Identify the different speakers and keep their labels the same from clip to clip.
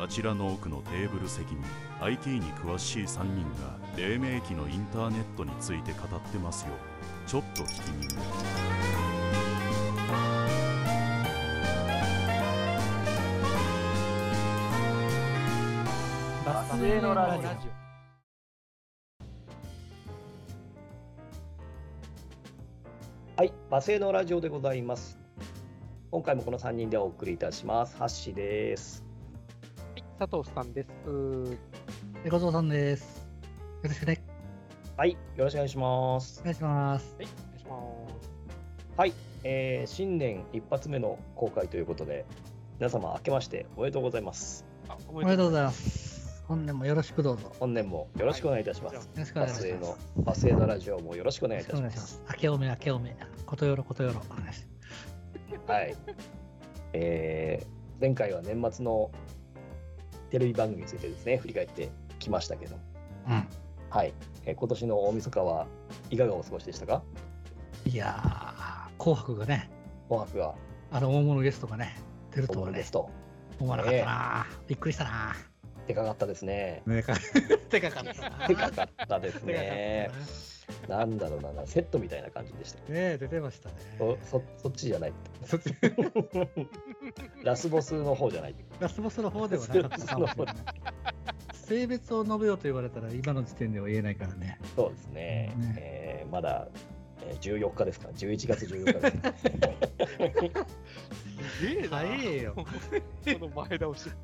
Speaker 1: あちらの奥のテーブル席に IT に詳しい3人が黎明期のインターネットについて語ってますよちょっと聞きに
Speaker 2: バスへのラジオ
Speaker 3: はい、バスへのラジオでございます。今回もこの3人でお送りいたします。ハッシーです。
Speaker 2: はい佐藤さんです。うー
Speaker 4: 猫蔵さんです。よろしくね。
Speaker 3: はい、よろしくお願いします
Speaker 4: お。願いします。
Speaker 2: はい、お願いします。
Speaker 3: はい、えー新年一発目の公開ということで、皆様明けましておめでとうございます。
Speaker 2: あ、お
Speaker 4: お
Speaker 2: め。
Speaker 4: めでとうございますす。本年もよろしくどうぞ。よ
Speaker 3: 本年もよろしくお願いいたします。
Speaker 2: はい
Speaker 4: ろしくお
Speaker 3: バ
Speaker 4: 願いしま
Speaker 3: ス
Speaker 4: す。
Speaker 3: へ
Speaker 4: よ
Speaker 3: のバスへのラジオもよろしくお願
Speaker 4: ろ
Speaker 3: いい
Speaker 4: したくお
Speaker 3: し
Speaker 4: 願
Speaker 3: ま。
Speaker 4: いしますす。明けおめ明けおめ。ことよろことよろ。お願いしま
Speaker 3: はい。えー前回は年末のテレビ番組についてですね、振り返ってきましたけど、
Speaker 4: す。
Speaker 3: はい、えー今年の大晦日はいかがお過ごしでしたか
Speaker 4: うん。いやー、紅白がね、
Speaker 3: 紅白が
Speaker 4: あの大物ゲストがね、出ると
Speaker 3: 思
Speaker 4: は
Speaker 3: うで
Speaker 4: ね
Speaker 3: す、と。
Speaker 4: 思わなかったな、びっくりしたな
Speaker 3: でかかったです ね。
Speaker 4: でかでかかったな。
Speaker 3: でかかったです
Speaker 4: でかかった
Speaker 3: ね。なんだろうな、セットみたいな感じでした。
Speaker 4: なねえ出てましたね。
Speaker 3: そそそっちじゃない。
Speaker 4: そ っち
Speaker 3: ラスボスの方じゃない。
Speaker 4: ラスボスの方ではなかったかもしれない。性別を述べようと言われたら今の時点では言えないから ね。
Speaker 3: そうですね。
Speaker 4: ね
Speaker 3: えーまだ、えー14日ですか、11月14日 です。
Speaker 2: すげえな。
Speaker 4: 早えよ。
Speaker 2: この前倒しっ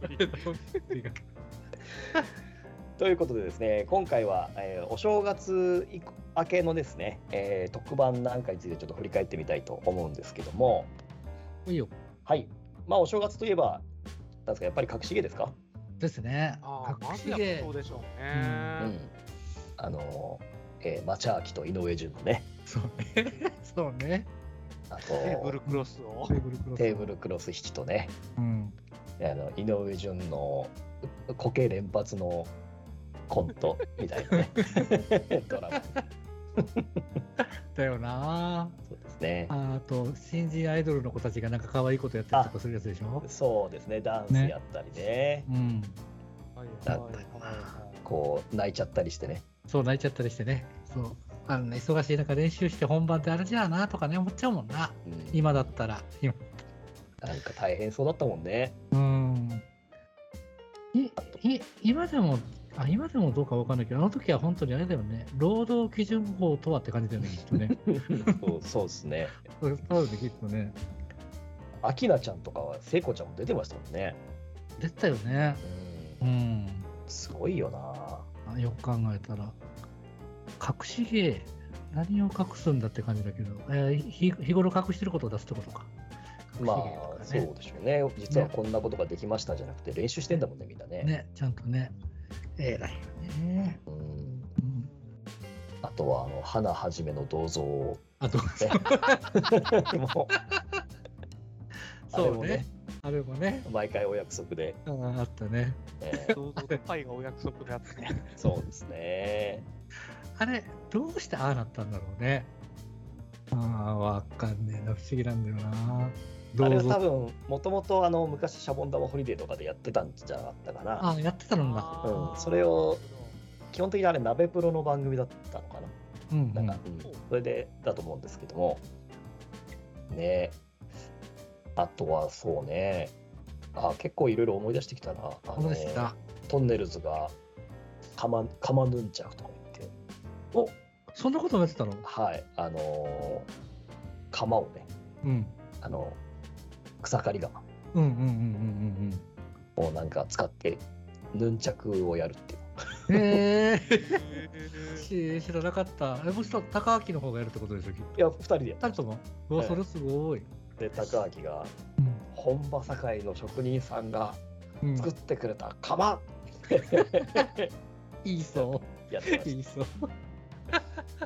Speaker 2: ぷ り。
Speaker 3: ということでですね、今回は、えーお正月以降明けのですね、えー特番なんかについてちょっと振り返ってみたいと思うんですけども、
Speaker 4: いいよ。
Speaker 3: はい。まあ、お正月といえば、なんですか、やっぱり隠し芸ですか、
Speaker 4: ですね。
Speaker 2: あー、ま
Speaker 4: 隠
Speaker 2: ず
Speaker 4: し
Speaker 2: やっぱ
Speaker 4: 芸
Speaker 2: そう。でしょう
Speaker 3: う
Speaker 2: ね。
Speaker 3: ん。あのー、えー、マチャーキと井上順のね、
Speaker 4: そうね。そうね。
Speaker 3: あと、
Speaker 2: テーブルクロスを
Speaker 4: テ。ーブルクロス。
Speaker 3: テーブルクロス引きとね、
Speaker 4: うん。
Speaker 3: あの井上順のコケ連発のコントみたいなね、 ドラマ
Speaker 4: だよな
Speaker 3: そうですね
Speaker 4: あ。あと、新人アイドルの子たちがなんか可愛いことやったりとかするやつでしょ
Speaker 3: そうですね、ダンスやったりね、
Speaker 4: うん。
Speaker 2: はい
Speaker 3: だ
Speaker 2: はいはい
Speaker 3: こう泣いちゃったりしてね、
Speaker 4: そう、泣いちゃったりしてね。そう。あのね、忙しい中練習して本番ってあれじゃあなとかね、思っちゃうもんな。
Speaker 3: うん、
Speaker 4: 今だったら。今
Speaker 3: なんか大変そうだったもんね。
Speaker 4: うん。い、い、今でも、あ、今でもどうかわかんないけど、あの時は本当にあれだよね。労働基準法とはって感じだよね、きっ とね。
Speaker 3: そうそうですね。
Speaker 4: そう多分ねきっとね。
Speaker 3: アキナちゃんとかは聖子ちゃんも出てましたもんね。
Speaker 4: 出てたよね。
Speaker 3: うん
Speaker 4: うん。
Speaker 3: すごいよな。
Speaker 4: あよく考えたら隠し芸何を隠すんだって感じだけど、えーひ日頃隠してることを出すってことか
Speaker 3: まあ
Speaker 4: 隠し芸とか、
Speaker 3: そう
Speaker 4: ね,、
Speaker 3: でしょうね。実はこんなことができましたじゃなくて、練習してんだもんね、みんなね。
Speaker 4: ねちゃんとね偉いよね、
Speaker 3: うん、
Speaker 4: うん、
Speaker 3: あとは、あの、花はじめの銅像を
Speaker 4: あと
Speaker 3: ね もう
Speaker 4: そうねあれもね
Speaker 3: 毎回お約束で、
Speaker 4: あーあったね
Speaker 3: え
Speaker 2: どうぞ、パイがお約束であってね。
Speaker 3: ーそうですね
Speaker 4: あれどうしてああなったんだろうねああわかんねえな不思議なんだよな
Speaker 3: あれ
Speaker 4: どう
Speaker 3: は多
Speaker 4: ぞ
Speaker 3: 分もともとあの昔シャボン玉ホリデーとかでやってたんじゃなかったかな
Speaker 4: ああやってたんだ
Speaker 2: あー
Speaker 3: うんそれ を。基本的にあれ鍋プロの番組だったのか
Speaker 4: うんう
Speaker 3: ななんんか、うんそれでだと思うんですけどもねあとはそうねあ結構いろいろ思い出してきたなあの
Speaker 4: 思い出してきた
Speaker 3: トンネルズがカマカマヌンチャクとか言って
Speaker 4: おそんなこともやってたの
Speaker 3: はいあのー釜をね
Speaker 4: うん
Speaker 3: あの草刈り釜
Speaker 4: うんうんうんうん
Speaker 3: をなんか使ってヌンチャクをやるってい
Speaker 4: う
Speaker 3: う
Speaker 4: んうんええ
Speaker 2: へ
Speaker 4: し 知らなかった。え、むしろ高明の方がやるってことでしょ、きっ
Speaker 3: いや2人でやっ
Speaker 4: と。二人ともうわ、
Speaker 3: ええ
Speaker 4: それすごい。
Speaker 3: て高明が本場堺の職人さんが
Speaker 4: うん。
Speaker 3: 作ってくれた釜
Speaker 4: いいそ
Speaker 3: やってま
Speaker 4: う。
Speaker 3: し
Speaker 4: いいそう。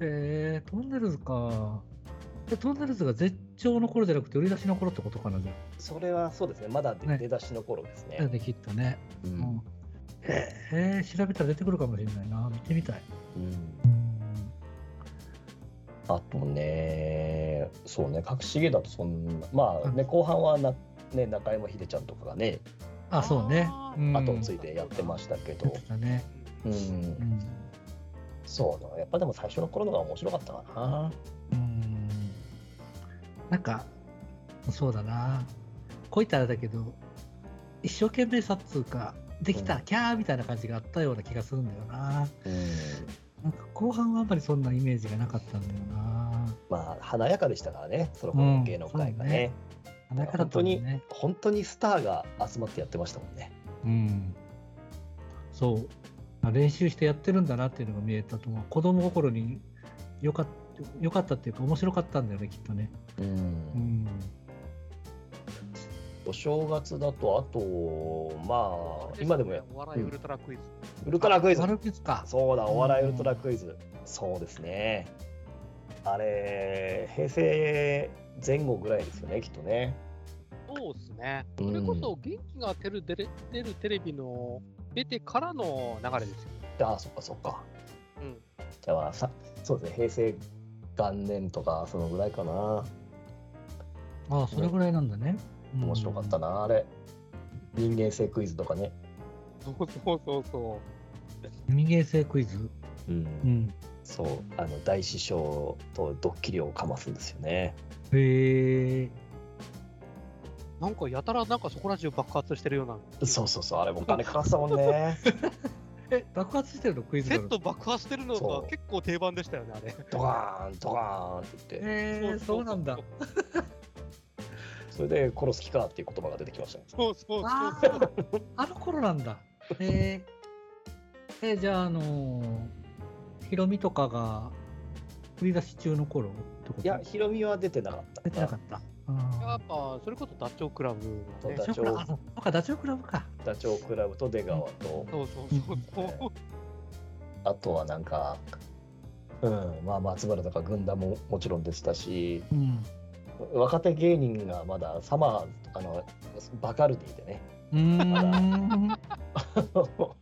Speaker 4: えー、トンネルズか。でトンネルズが絶頂の頃じゃなくて、売り出しの頃ってことかな、じゃ
Speaker 3: たそれはそうですねまだ出
Speaker 4: ね
Speaker 3: 出だしの頃です
Speaker 4: あ。
Speaker 3: ね
Speaker 4: ね、きっとね。
Speaker 3: う
Speaker 4: うんん。えーえー調べたら出てくるかもしれないな。見てみたい。
Speaker 3: うん
Speaker 4: うん。
Speaker 3: あとねそうね隠し芸だとそんなまあ
Speaker 4: うん
Speaker 3: ね後半はなね中山秀ちゃんとかがね
Speaker 4: あ、そうね。うん
Speaker 3: 後をついてやってましたけ
Speaker 4: や
Speaker 3: ど
Speaker 4: っ、てたね。
Speaker 3: うん
Speaker 4: うん。
Speaker 3: そうなやっぱでも最初の頃のが面白かったかな
Speaker 4: うん。なんか、そうだな。こういったらあれだけど、一生懸命さっつうか、でき
Speaker 3: う
Speaker 4: た、
Speaker 3: ん
Speaker 4: キャーみたいな感じがあったような気がするんだよな。
Speaker 3: うん
Speaker 4: なんか後半はあんまりそんなイメージがなかったんだよな。
Speaker 3: まあ華やかでしたからねその頃
Speaker 4: うん
Speaker 3: の芸能界がね,、
Speaker 4: だから
Speaker 3: 本当に
Speaker 4: ね。
Speaker 3: 本当にスターが集まってやってましたもんね
Speaker 4: うん。そう。あ練習してやってるんだなっていうのが見えたと思う。子供心によかった、よかったっていうか面白かったんだよね、きっとね。
Speaker 3: うん
Speaker 4: ん。
Speaker 3: お正月だとあとまあ今でもや
Speaker 2: お笑いウルトラクイズ。
Speaker 3: ウルトラクイズ
Speaker 4: サルピスか。
Speaker 3: そうだお笑いウルトラクイズ、そうですねあれ平成前後ぐらいですよねきっとね
Speaker 2: そうですね。
Speaker 3: うん
Speaker 2: それこそ元気が出る出る出るテレビの出てからの流れですよ。
Speaker 3: ああそっかそっか
Speaker 2: うん。
Speaker 3: じゃあさそうですね平成元年とかそのぐらいかな
Speaker 4: ああ、それぐらいなんだね。うん
Speaker 3: 面白かった。なあれ人間性クイズとかね
Speaker 2: そうそうそうそ
Speaker 4: 人間性クイズ。
Speaker 3: うん
Speaker 4: うん。
Speaker 3: そうあの大師匠とドッキリをかますんですよね。
Speaker 4: へえ。
Speaker 2: う。なんかやたらなんかそこら中爆発してるような。
Speaker 3: そうそうそうあれもお金かかってたもんね。
Speaker 4: え、爆発してるのクイズ
Speaker 2: セ
Speaker 4: だ
Speaker 2: ッ
Speaker 4: ろ
Speaker 2: ト爆破してるの
Speaker 3: そ
Speaker 2: が
Speaker 3: う
Speaker 2: 結構定番でしたよね、あれ。
Speaker 3: ドカーンドカーンって言って
Speaker 4: へえ、そうなんだ。
Speaker 3: それで「殺す気か」っていう言葉が出てきましたね。
Speaker 2: そうそうそう
Speaker 4: あ あ、あの頃なんだ。へえ。え、じゃあ、あのーヒロミとかが売り出し中の頃ってこと
Speaker 3: いやヒロミは出てなかった。
Speaker 4: 出てなかった。
Speaker 2: や
Speaker 4: あ
Speaker 2: っぱそれこそダチョウ倶楽部
Speaker 3: そう
Speaker 2: の
Speaker 3: ダ
Speaker 2: ね
Speaker 3: チョウ
Speaker 4: ダチョウクラブ。あ、そうそうか、ダチョウクラブか。
Speaker 3: ダチョウ倶楽部と出川と
Speaker 2: そうそうそうそう。
Speaker 3: あとはなんか。うんまあ、松原とか軍団ももちろん出てたし
Speaker 4: うん。
Speaker 3: 若手芸人がまだサマーあのバカルディでね
Speaker 4: うーん。
Speaker 2: そ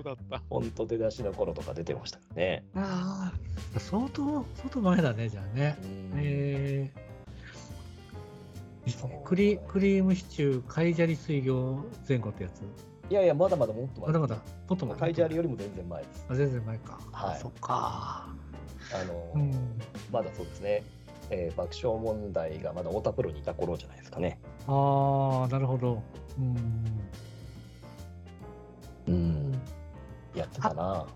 Speaker 2: うだった。
Speaker 3: ほんと出だしの頃とか出てましたからね。
Speaker 4: ああ、相当、相当前だね、じゃあね。
Speaker 3: うん
Speaker 4: え
Speaker 3: そう
Speaker 4: ー、クリクリームシチュー、貝砂利水魚前後ってやつ。
Speaker 3: いやいや、まだまだもっと前
Speaker 4: まだまだ、ポト
Speaker 3: ま
Speaker 4: マ
Speaker 3: あカイジャリよりも全然前です。
Speaker 4: あ全然前か。
Speaker 3: はい
Speaker 4: そっか。
Speaker 3: あの、
Speaker 4: うん。
Speaker 3: まだそうですね、えー爆笑問題がまだ太田プロにいた頃じゃないですかね。
Speaker 4: ああ、なるほど。うん。
Speaker 3: うん。やってたな。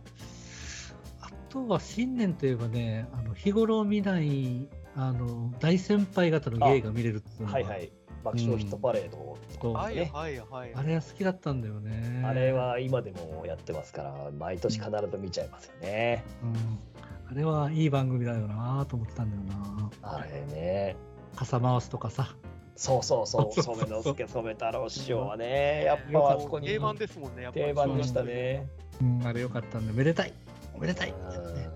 Speaker 4: あとは新年といえばね、あの日頃見ないあの大先輩方の芸が見れるっていうのが
Speaker 3: はいはい。爆笑ヒットパレード
Speaker 4: そう
Speaker 3: と
Speaker 2: は
Speaker 3: か
Speaker 2: い
Speaker 3: ね。
Speaker 2: はいはい。
Speaker 4: あれは好きだったんだよね。
Speaker 3: あれは今でもやってますから、毎年必ず見ちゃいますよね。
Speaker 4: うん、あれはいい番組だよなと思ってたんだよな。
Speaker 3: あれね。
Speaker 4: 傘回すとかさ。
Speaker 3: そうそうそう、
Speaker 4: そうそう
Speaker 3: 染
Speaker 4: そう
Speaker 3: 之助染太郎師匠はね、やっぱあそこに
Speaker 2: 定番ですもんね、やっぱり
Speaker 3: 定番でしたね。
Speaker 4: うん、あれよかったんで、めでたいおめでたいってやつね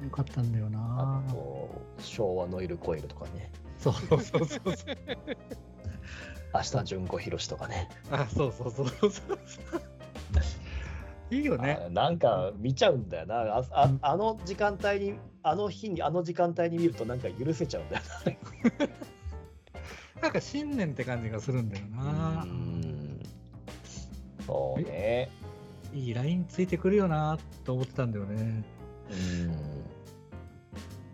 Speaker 3: うん
Speaker 4: よかったんだよ
Speaker 3: あ
Speaker 4: な
Speaker 3: と、昭和ノイルコイルとかね、
Speaker 4: そうそうそうそうそう。
Speaker 3: 明日純子博士とかね。
Speaker 4: あ、そうそうそうそうそう。いいよね。
Speaker 3: あなんか見ちゃうんだよなあああの時間帯にあの日にあの時間帯に見るとなんか許せちゃうんだよ
Speaker 4: なんか新年って感じがするんだよ
Speaker 3: な
Speaker 4: な。
Speaker 3: そうね
Speaker 4: いいラインついてくるよなと思ってたんだよね。
Speaker 3: うん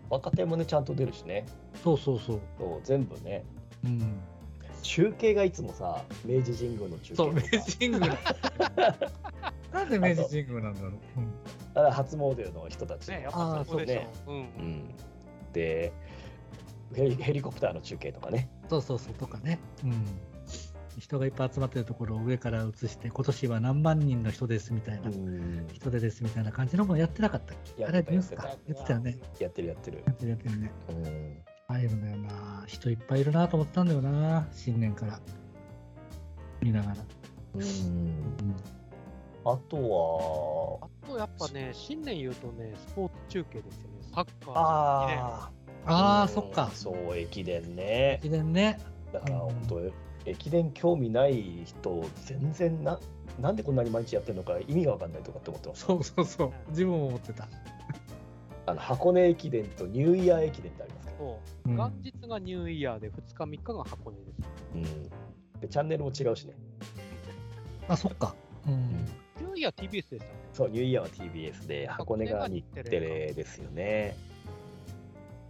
Speaker 3: 若手もねちゃんと出るしね
Speaker 4: そうそうそう。
Speaker 3: そう全部ね
Speaker 4: うん。
Speaker 3: 中継がいつもさ明治神宮の中継
Speaker 4: そう、明
Speaker 3: とか
Speaker 4: 治神 宮。なんで明治神宮なんだろう。うん
Speaker 3: あら初詣の人たち、
Speaker 2: ね、やっぱそこでしょ。うん
Speaker 3: う。ん、でヘリヘリコプターの中継とかね
Speaker 4: そうそうそうとかね。うん。人がいっぱい集まってるところを上から映して、今年は何万人の人ですみたいな、
Speaker 3: ん
Speaker 4: 人手ですみたいな感じのもやってなかったっけ
Speaker 3: や
Speaker 4: あ
Speaker 3: っ
Speaker 4: れ
Speaker 3: てた
Speaker 4: ニュースか。
Speaker 3: や
Speaker 4: や
Speaker 3: って
Speaker 4: ってたよね。
Speaker 3: やってるやってる、
Speaker 4: やってるやってるね。
Speaker 3: うん
Speaker 4: ああいうのだよな。人いっぱいいるなと思ったんだよな。新年から。見ながら。
Speaker 3: うん
Speaker 4: うん
Speaker 3: あとは
Speaker 2: あとやっぱね、新年言うとね、スポーツ中継ですよね。サッカー。
Speaker 3: あ
Speaker 4: ああ、
Speaker 3: うん
Speaker 4: そっか。
Speaker 3: そう駅伝ね
Speaker 4: 記念ね。
Speaker 3: だから本当駅伝興味ない人全然ななんでこんなに毎日やってるのか意味が分かんないとかって思ってます
Speaker 4: そうそうそう。自分も思ってた。
Speaker 3: あの箱根駅伝とニューイヤー駅伝ってありますけど、
Speaker 2: そうう。
Speaker 4: ん
Speaker 2: 元日がニューイヤーで、2日3日が箱根です。
Speaker 3: うん、でチャンネルも違うしね
Speaker 4: あ、そっか。うん。
Speaker 2: ニューイヤー TBS でしたね。
Speaker 3: そうニューイヤーは TBS で箱根が日テレですよね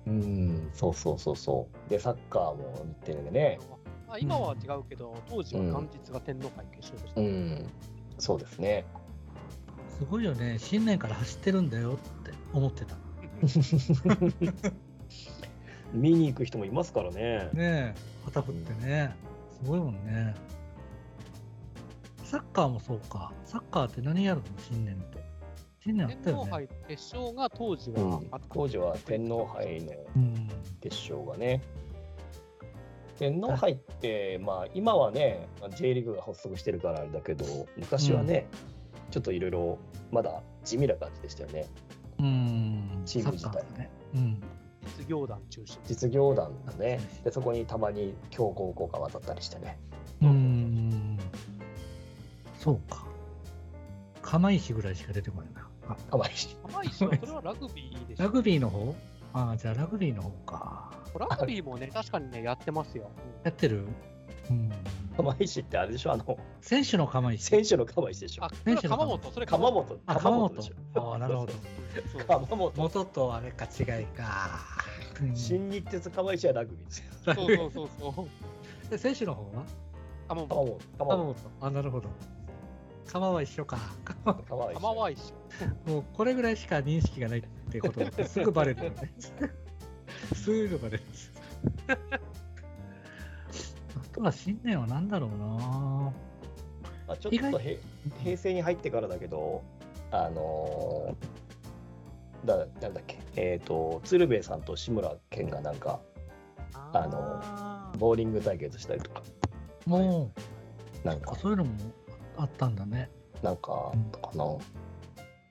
Speaker 3: うんそうそうそうそうでサッカーも日テレでね
Speaker 2: まあ、今は違うけど、当時は元日が天皇杯決勝でした。
Speaker 3: うんそうですね
Speaker 4: すごいよね。新年から走ってるんだよって思ってた。
Speaker 3: 見に行く人もいますからね
Speaker 4: ねえ、旗振ってね。すごいもんね。サッカーもそうか。サッカーって何やるの新年って。新年あった
Speaker 2: 天
Speaker 4: よ
Speaker 2: 皇
Speaker 4: ね。
Speaker 2: 杯決勝が当時
Speaker 3: う
Speaker 2: は
Speaker 3: ん
Speaker 2: あった、
Speaker 3: 当時は天皇杯の
Speaker 4: うん。
Speaker 3: 決勝がね天皇杯ってまあ今はね J リーグが発足してるからあれだけど昔はね、ちょっといろいろまだ地味な感じでしたよね
Speaker 4: うん。
Speaker 3: チーム自体
Speaker 4: サッカーね。うん。
Speaker 2: 実業団中心です。
Speaker 3: 実業団がねでそこにたまに強豪校が渡ったりしてね
Speaker 4: うーん。そうか。釜石ぐらいしか出てこないな。あ
Speaker 3: かわいい
Speaker 2: 釜石はそれはラグビーでし
Speaker 4: ラ
Speaker 2: ょ。
Speaker 4: グビーの方ああ、じゃあラグビーの方か。
Speaker 2: ラグビーもね、確かにね、やってますよ。
Speaker 4: やってるうん。
Speaker 3: 釜石ってあれでしょあの
Speaker 4: 選手の釜石。
Speaker 3: 選手の釜石でしょ
Speaker 2: あ、それは鎌本、それ
Speaker 3: 鎌本
Speaker 4: あ、鎌本
Speaker 3: でし。ょ
Speaker 4: ああ、なるほど。
Speaker 2: そう
Speaker 3: 鎌本
Speaker 4: 元とあれか違いか。うん
Speaker 3: 新日鉄釜石はラグビーですよ
Speaker 2: そうそうそうそう。
Speaker 4: で選手の方は
Speaker 2: 鎌本。
Speaker 3: 鎌本鎌
Speaker 4: 鎌
Speaker 3: 本
Speaker 4: 本。あ、なるほど。釜は一緒か。
Speaker 3: 鎌本
Speaker 2: 鎌は一緒。
Speaker 4: もうこれぐらいしか認識がないってこと だすぐバレるよね。すぐバレる。あとは新年は何だろうな
Speaker 3: まあ、ちょっ
Speaker 4: 意外
Speaker 3: とへ平成に入ってからだけど、あのーだなんだっけ、えっ、と、鶴瓶さんと志村けんがなんか、あの
Speaker 2: あ
Speaker 3: ボーリング対決したりとか、
Speaker 4: もう、
Speaker 3: なんか、
Speaker 4: そういうのもあったんだね。
Speaker 3: なんか、かな。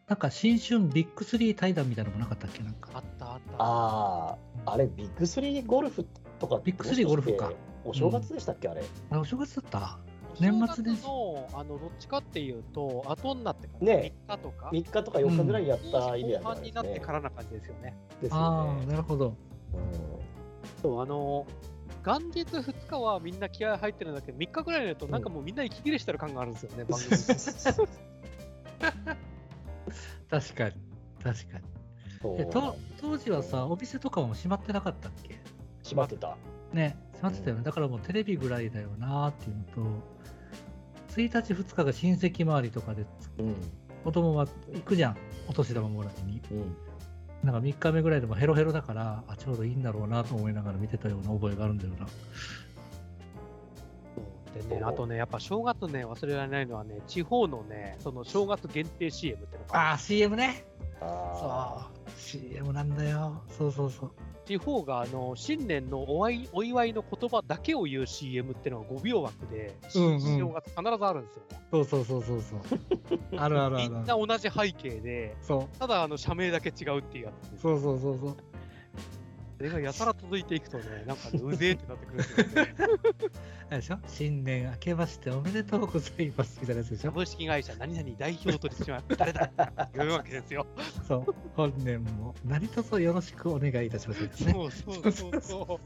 Speaker 4: なんか新春ビッグスリー対談みたいなのもなかったっけなん
Speaker 2: ーあ
Speaker 4: か。
Speaker 2: ったあった。
Speaker 3: ああ、あれ、ビッグスリーゴルフとかって
Speaker 4: ビッグスリーゴルフか
Speaker 3: もしかしてお正月でしたっけ、あれ。
Speaker 4: あ、お正月だった
Speaker 2: 年
Speaker 4: 年
Speaker 2: 末
Speaker 4: 末です
Speaker 2: の、あの、どっちかっていうと、後になってから、
Speaker 3: ね
Speaker 2: 3日とか、
Speaker 3: 3日とか4日ぐらいやったイメージ
Speaker 2: 後
Speaker 3: ある
Speaker 2: 半
Speaker 3: ん
Speaker 2: に
Speaker 3: で
Speaker 2: な
Speaker 3: す
Speaker 2: って
Speaker 3: ね。
Speaker 2: からな感じですよね。
Speaker 3: ですよ
Speaker 4: ああ、
Speaker 3: ね。
Speaker 4: なるほど。
Speaker 3: うん
Speaker 2: そう、あの、元日2日はみんな気合入ってるんだけど、3日ぐらいになると、なんかもうみんな息切れしてる感があるんですよね、番組。
Speaker 4: 確かに。確かに。
Speaker 3: そう
Speaker 4: えと当時はさ、お店とかも閉まってなかったっけ
Speaker 3: 決まってた。
Speaker 4: ね、閉まってたよね、
Speaker 3: うん
Speaker 4: だからもうテレビぐらいだよなっていうのと、1日、2日が親戚周りとかで、
Speaker 3: うん。
Speaker 4: 子供は行くじゃん、お年玉もらいに。
Speaker 3: うん。
Speaker 4: なんか3日目ぐらいでもヘロヘロだから、あちょうどいいんだろうなと思いながら見てたような覚えがあるんだよな。
Speaker 2: でね、あとね、やっぱ正月ね、忘れられないのはね、地方のね、その正月限定 CM ってのが、
Speaker 4: ああ、CM ね。
Speaker 3: あ
Speaker 4: そう、CM なんだよ。そうそうそう。
Speaker 2: 地方があの新年のお祝いお祝いの言葉だけを言う CM ってのが5秒枠で、
Speaker 4: うんうん
Speaker 2: 正月必ずあるんですよね。
Speaker 4: そうそうそうそうそう。あるあるあ
Speaker 2: み
Speaker 4: る
Speaker 2: ん
Speaker 4: あ
Speaker 2: な
Speaker 4: る。
Speaker 2: 同じ背景で、
Speaker 4: そ
Speaker 2: ただあの社名だけ違うっていうやつ
Speaker 4: うそうそうそうそう。
Speaker 2: それがやたら続いていくとね、なんかね、うぜえってなってくるんですよね。
Speaker 4: あれでしょ新年明けましておめでとうございますみたいなやつでしょ
Speaker 2: 株式会社何々代表取締役誰だっていうわけですよ。
Speaker 4: そう、本年も何卒よろしくお願いいたしますですね。
Speaker 2: そうそうそうそ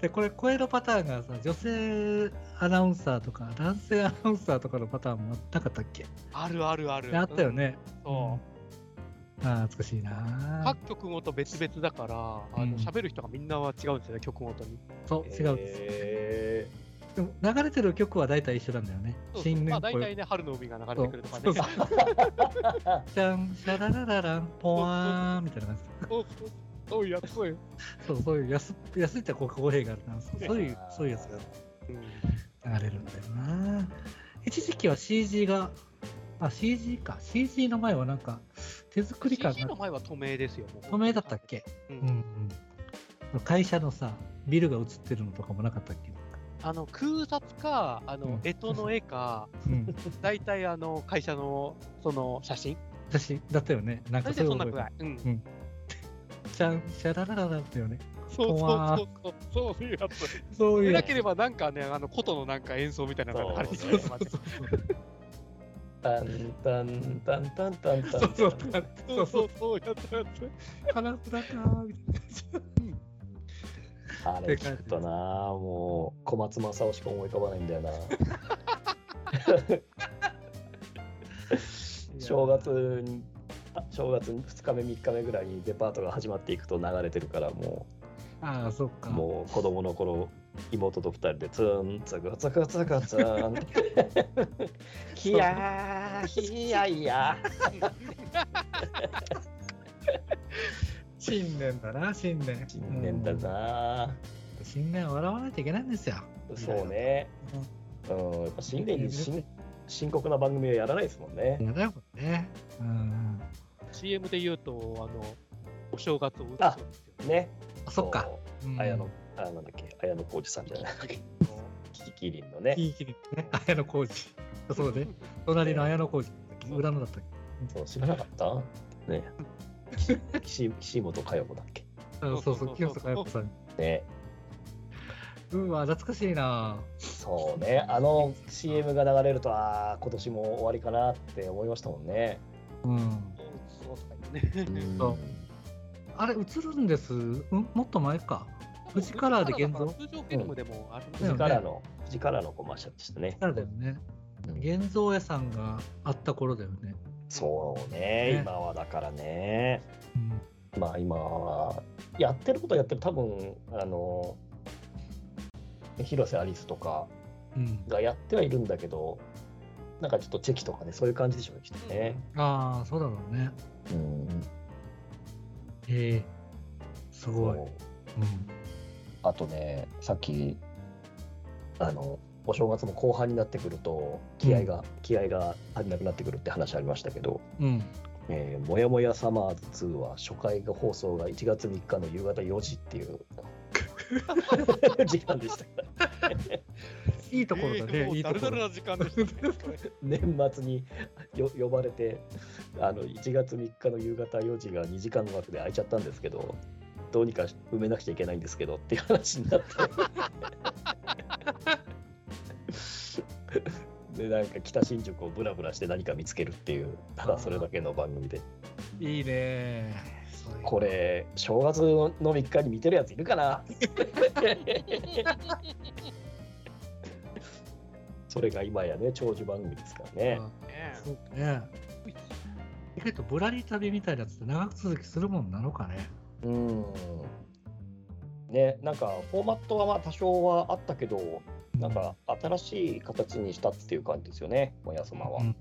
Speaker 4: で、これ、声のパターンがさ、女性アナウンサーとか、男性アナウンサーとかのパターンもなかったっけ
Speaker 2: う。あるあるある。
Speaker 4: あったよね。
Speaker 2: うん。そう
Speaker 4: うん。ああ、懐かしいな
Speaker 2: 各曲ごと別々だから、
Speaker 4: う
Speaker 2: あ
Speaker 4: ん
Speaker 2: の喋る人がみんなは違うんですよね、曲ごとに。
Speaker 4: そう、違うんです。
Speaker 3: えー
Speaker 4: でも流れてる曲は大体一緒なんだよね。
Speaker 2: そうそうま
Speaker 4: 新年
Speaker 2: あ
Speaker 4: っぽ
Speaker 2: 大
Speaker 4: い
Speaker 2: 体ね、春の海が流れてくるとかね。
Speaker 4: そうそうシャン、シャララララン、ポワーンみたいな感じ。
Speaker 2: そうそうそういうやつそういう
Speaker 4: そう、そういう安っ、安いってこう語弊があるな。そうそういう、そういうやつが流れるんだよな一時期は CG があ CG か CG の前はなんか手作り感
Speaker 2: CG
Speaker 4: が
Speaker 2: の前は透明ですよ。もう
Speaker 4: 透明だったっけ、
Speaker 2: う
Speaker 4: うん
Speaker 2: ん。
Speaker 4: うん、会社のさビルが映ってるのとかもなかったっけ、
Speaker 2: あの空撮か、あ
Speaker 4: う
Speaker 2: の
Speaker 4: ん
Speaker 2: 干支の絵か、
Speaker 4: うん、
Speaker 2: 大体あの会社のその写真。
Speaker 4: 私だったよねなんか
Speaker 2: 大
Speaker 4: そう
Speaker 2: 体
Speaker 4: い
Speaker 2: そん
Speaker 4: う覚
Speaker 2: な
Speaker 4: え
Speaker 2: くら
Speaker 4: が
Speaker 2: い。うん。
Speaker 4: シャンシャララララだったよね
Speaker 2: そう
Speaker 4: 怖
Speaker 2: そう
Speaker 4: ー
Speaker 2: そうそう、そういうやつ。
Speaker 4: そうい
Speaker 2: で
Speaker 4: う
Speaker 2: な
Speaker 4: やつ
Speaker 2: ければなんかね、あの琴のなんか演奏みたいなのが流れてき
Speaker 3: そう
Speaker 2: てしまって。
Speaker 3: タンタンタンタンタンタン
Speaker 4: そうそ
Speaker 2: そう
Speaker 4: うそ
Speaker 2: う
Speaker 4: そ
Speaker 2: そううそう、やったやつ。
Speaker 4: カラフだかーみたいな
Speaker 3: あれ聞くとな、もう小松政夫しか思い浮かばないんだよな。正月に、あ正月2日目、3日目ぐらいにデパートが始まっていくと流れてるから、も
Speaker 4: ああ、そっ
Speaker 3: う、
Speaker 4: か。
Speaker 3: もう子供の頃、妹と2人でツンツクツクツクツ ンって。ひやー、ひやいや
Speaker 4: 新年だな、新年。
Speaker 3: ー。新年だな。
Speaker 4: うん。新年は笑わないといけないんですよ。
Speaker 3: そうね。うん、やっぱ新年に深深刻な番組はやらないですもんね。
Speaker 4: やだよ、これね。うん。
Speaker 2: CM で言うと、あの、お正月を打つ
Speaker 3: あ
Speaker 2: そうですよ
Speaker 3: ね。
Speaker 4: あ、そっか。うん
Speaker 3: 綾野、あなんだっけ、綾野浩二さんじゃない。キキキリンのね。
Speaker 4: いい気にね。 綾野浩二。そうね。隣の綾野浩二。裏のだったっ
Speaker 3: そう、知らなかった。ね。岸岸本佳代子だっけ。
Speaker 4: け。あそうそ
Speaker 2: そうそうそう
Speaker 4: う、清塚彩子さん。
Speaker 3: ね。
Speaker 4: うわ、懐かしいな。
Speaker 3: そうね。あの CM が流れると、ああ、今年も終わりかなって思いましたもんね。
Speaker 4: うん。
Speaker 2: そうとか言ってね。
Speaker 3: そ
Speaker 4: あれ、映るんです。うん、もっと前か。フジカラーで現像
Speaker 2: 通常フィルムでもありますよ
Speaker 3: 富士
Speaker 2: ね
Speaker 3: カラーの、富士カラーのコマーシャルでしたね。
Speaker 4: そうだよね。現像屋さんがあった頃だよね。
Speaker 3: そうね
Speaker 4: ね。
Speaker 3: 今はだからね。
Speaker 4: うん。
Speaker 3: まあ今はやってることはやってる多分あの広瀬アリスとか
Speaker 4: うん、
Speaker 3: がやってはいるんだけどなんかちょっとチェキとかねそういう感じでしょうねきっとね。
Speaker 4: ああ、そうだろうね。
Speaker 3: うん、
Speaker 4: へえ。すごい。うん。
Speaker 3: あとねさっきあのお正月も後半になってくると気合が、気合が足りなくなってくるって話ありましたけど
Speaker 4: うん。
Speaker 3: 「えーもやもやサマーズ2」は初回が放送が1月3日の夕方4時っていう時間でしたから
Speaker 4: いいところだ
Speaker 2: えー
Speaker 4: ね。
Speaker 2: も
Speaker 4: いういと
Speaker 2: だるだ
Speaker 4: こ
Speaker 2: る
Speaker 4: ろ。
Speaker 2: な時間でしたねこれ。
Speaker 3: 年末によ 呼ばれてあの1月3日の夕方4時が2時間の枠で空いちゃったんですけどどうにか埋めなくちゃいけないんですけどっていう話になってでなんか北新宿をブラブラして何か見つけるっていうただそれだけの番組で
Speaker 4: いいね。
Speaker 3: こ。れ正月の3日に見てるやついるかな それが今やね長寿番組ですからね。
Speaker 2: ね
Speaker 4: そうね。意外とぶらり旅みたいなやつって長く続きするもんなのかね。
Speaker 3: うん。ね、なんかフォーマットはまあ多少はあったけど、なんか新しい形にしたっていう感じですよね、もやそまは。
Speaker 4: うん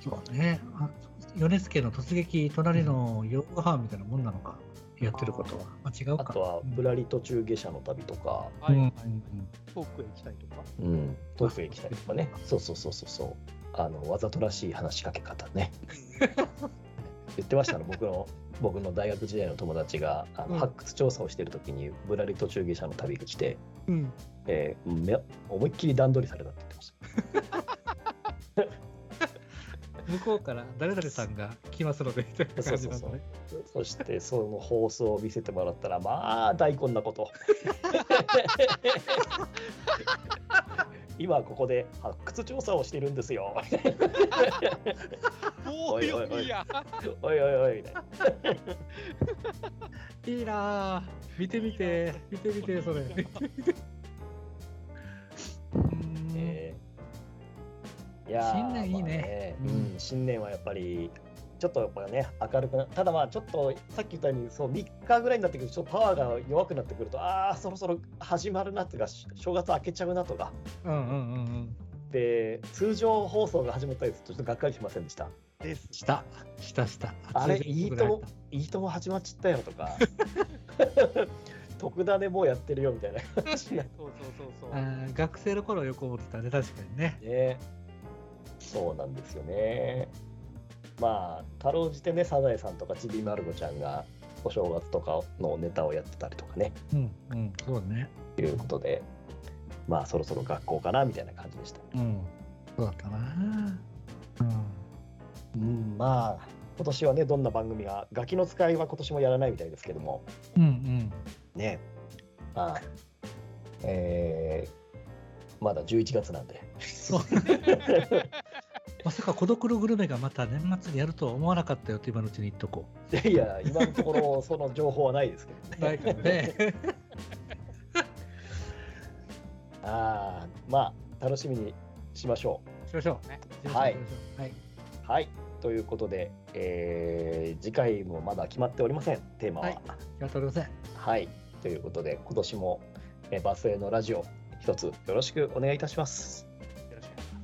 Speaker 4: そうね。あ米津家の突撃、隣のヨーハンみたいなもんなのか、やってることは。あ違う
Speaker 3: あ
Speaker 4: か。
Speaker 3: とは、ぶらり途中下車の旅とか、
Speaker 2: はい
Speaker 4: うん
Speaker 2: は
Speaker 4: う
Speaker 2: い
Speaker 4: ん。うん
Speaker 2: 遠くへ行きたいとか。
Speaker 3: うん、遠くへ行きたりとかね、そうそうそうそうそう、あのわざとらしい話しかけ方ね、 言ってましたの、僕の僕の大学時代の友達があの、
Speaker 4: うん
Speaker 3: 発掘調査をしてるときに、ぶらり途中下車の旅が来て、
Speaker 4: うん
Speaker 3: えーめ思いっきり段取りされたって言ってました。
Speaker 4: 向こうから誰々さんが来ますので、みたいな感じなんだね。
Speaker 3: そしてその放送を見せてもらったらまあ大根なこと今ここで発掘調査をしてるんですよ
Speaker 2: お
Speaker 3: い
Speaker 2: い
Speaker 3: お
Speaker 2: お
Speaker 3: いおい
Speaker 2: いや。
Speaker 3: おいおいおいみたいない
Speaker 4: いなあ見てみて、見てみて、それ。うーん
Speaker 3: えーいやー
Speaker 4: 新年いいね
Speaker 3: まあ
Speaker 4: うん
Speaker 3: うん、新年はやっぱりちょっとやっぱね明るくなただまあちょっとさっき言ったようにそう3日ぐらいになってくるとちょっとパワーが弱くなってくるとああそろそろ始まるなとかし正月明けちゃうなとか
Speaker 4: うんうんうんうん。
Speaker 3: で通常放送が始まったりするとちょっとがっかりしませんでした
Speaker 2: です。
Speaker 4: した、したした。
Speaker 3: あれ
Speaker 4: 通常
Speaker 3: いいともいいとも始まっちゃったよとか、特ダネもうやってるよみたいな感じになっ
Speaker 2: そうそうそう
Speaker 4: あー学生の頃はよく思ってたね、確かにね。
Speaker 3: てね、そうなんですよね。まあ、かろうじてね、サザエさんとかちびまる子ちゃんがお正月とかのネタをやってたりとかね、
Speaker 4: うん、うん、そうね。
Speaker 3: いうことで、まあ、そろそろ学校かなみたいな感じでした。
Speaker 4: うん、そうだったな。うん。
Speaker 3: うん、まあ、今年はね、どんな番組が、ガキの使いは今年もやらないみたいですけども、
Speaker 4: うん
Speaker 3: ね、まあ、えーまだ11月なんで。
Speaker 4: うん。そうまさか孤独のグルメがまた年末にやるとは思わなかったよって今のうちに言っとこ
Speaker 3: いや、今のところ、その情報はないですけ
Speaker 4: う。
Speaker 3: どね。
Speaker 4: ないからね。
Speaker 3: ああ、まあ、楽しみにしましょ
Speaker 4: しましょ
Speaker 2: ね
Speaker 4: う。
Speaker 3: はい
Speaker 4: しましょう。はい。
Speaker 3: う。はい。ということで、えー次回もまだ決まっておりません、テーマは。
Speaker 4: はいやっておりません。
Speaker 3: はい。ということで、今年も、えーバスへのラジオ、一つよろしくお願いいたします。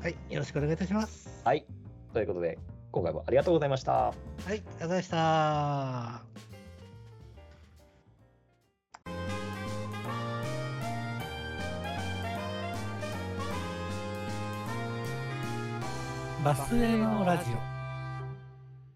Speaker 4: はい。よろしくお願いいたします。
Speaker 3: はい。ということで、今回もありがとうございました。
Speaker 4: はい。ありがとうございました。バスへのラジオ。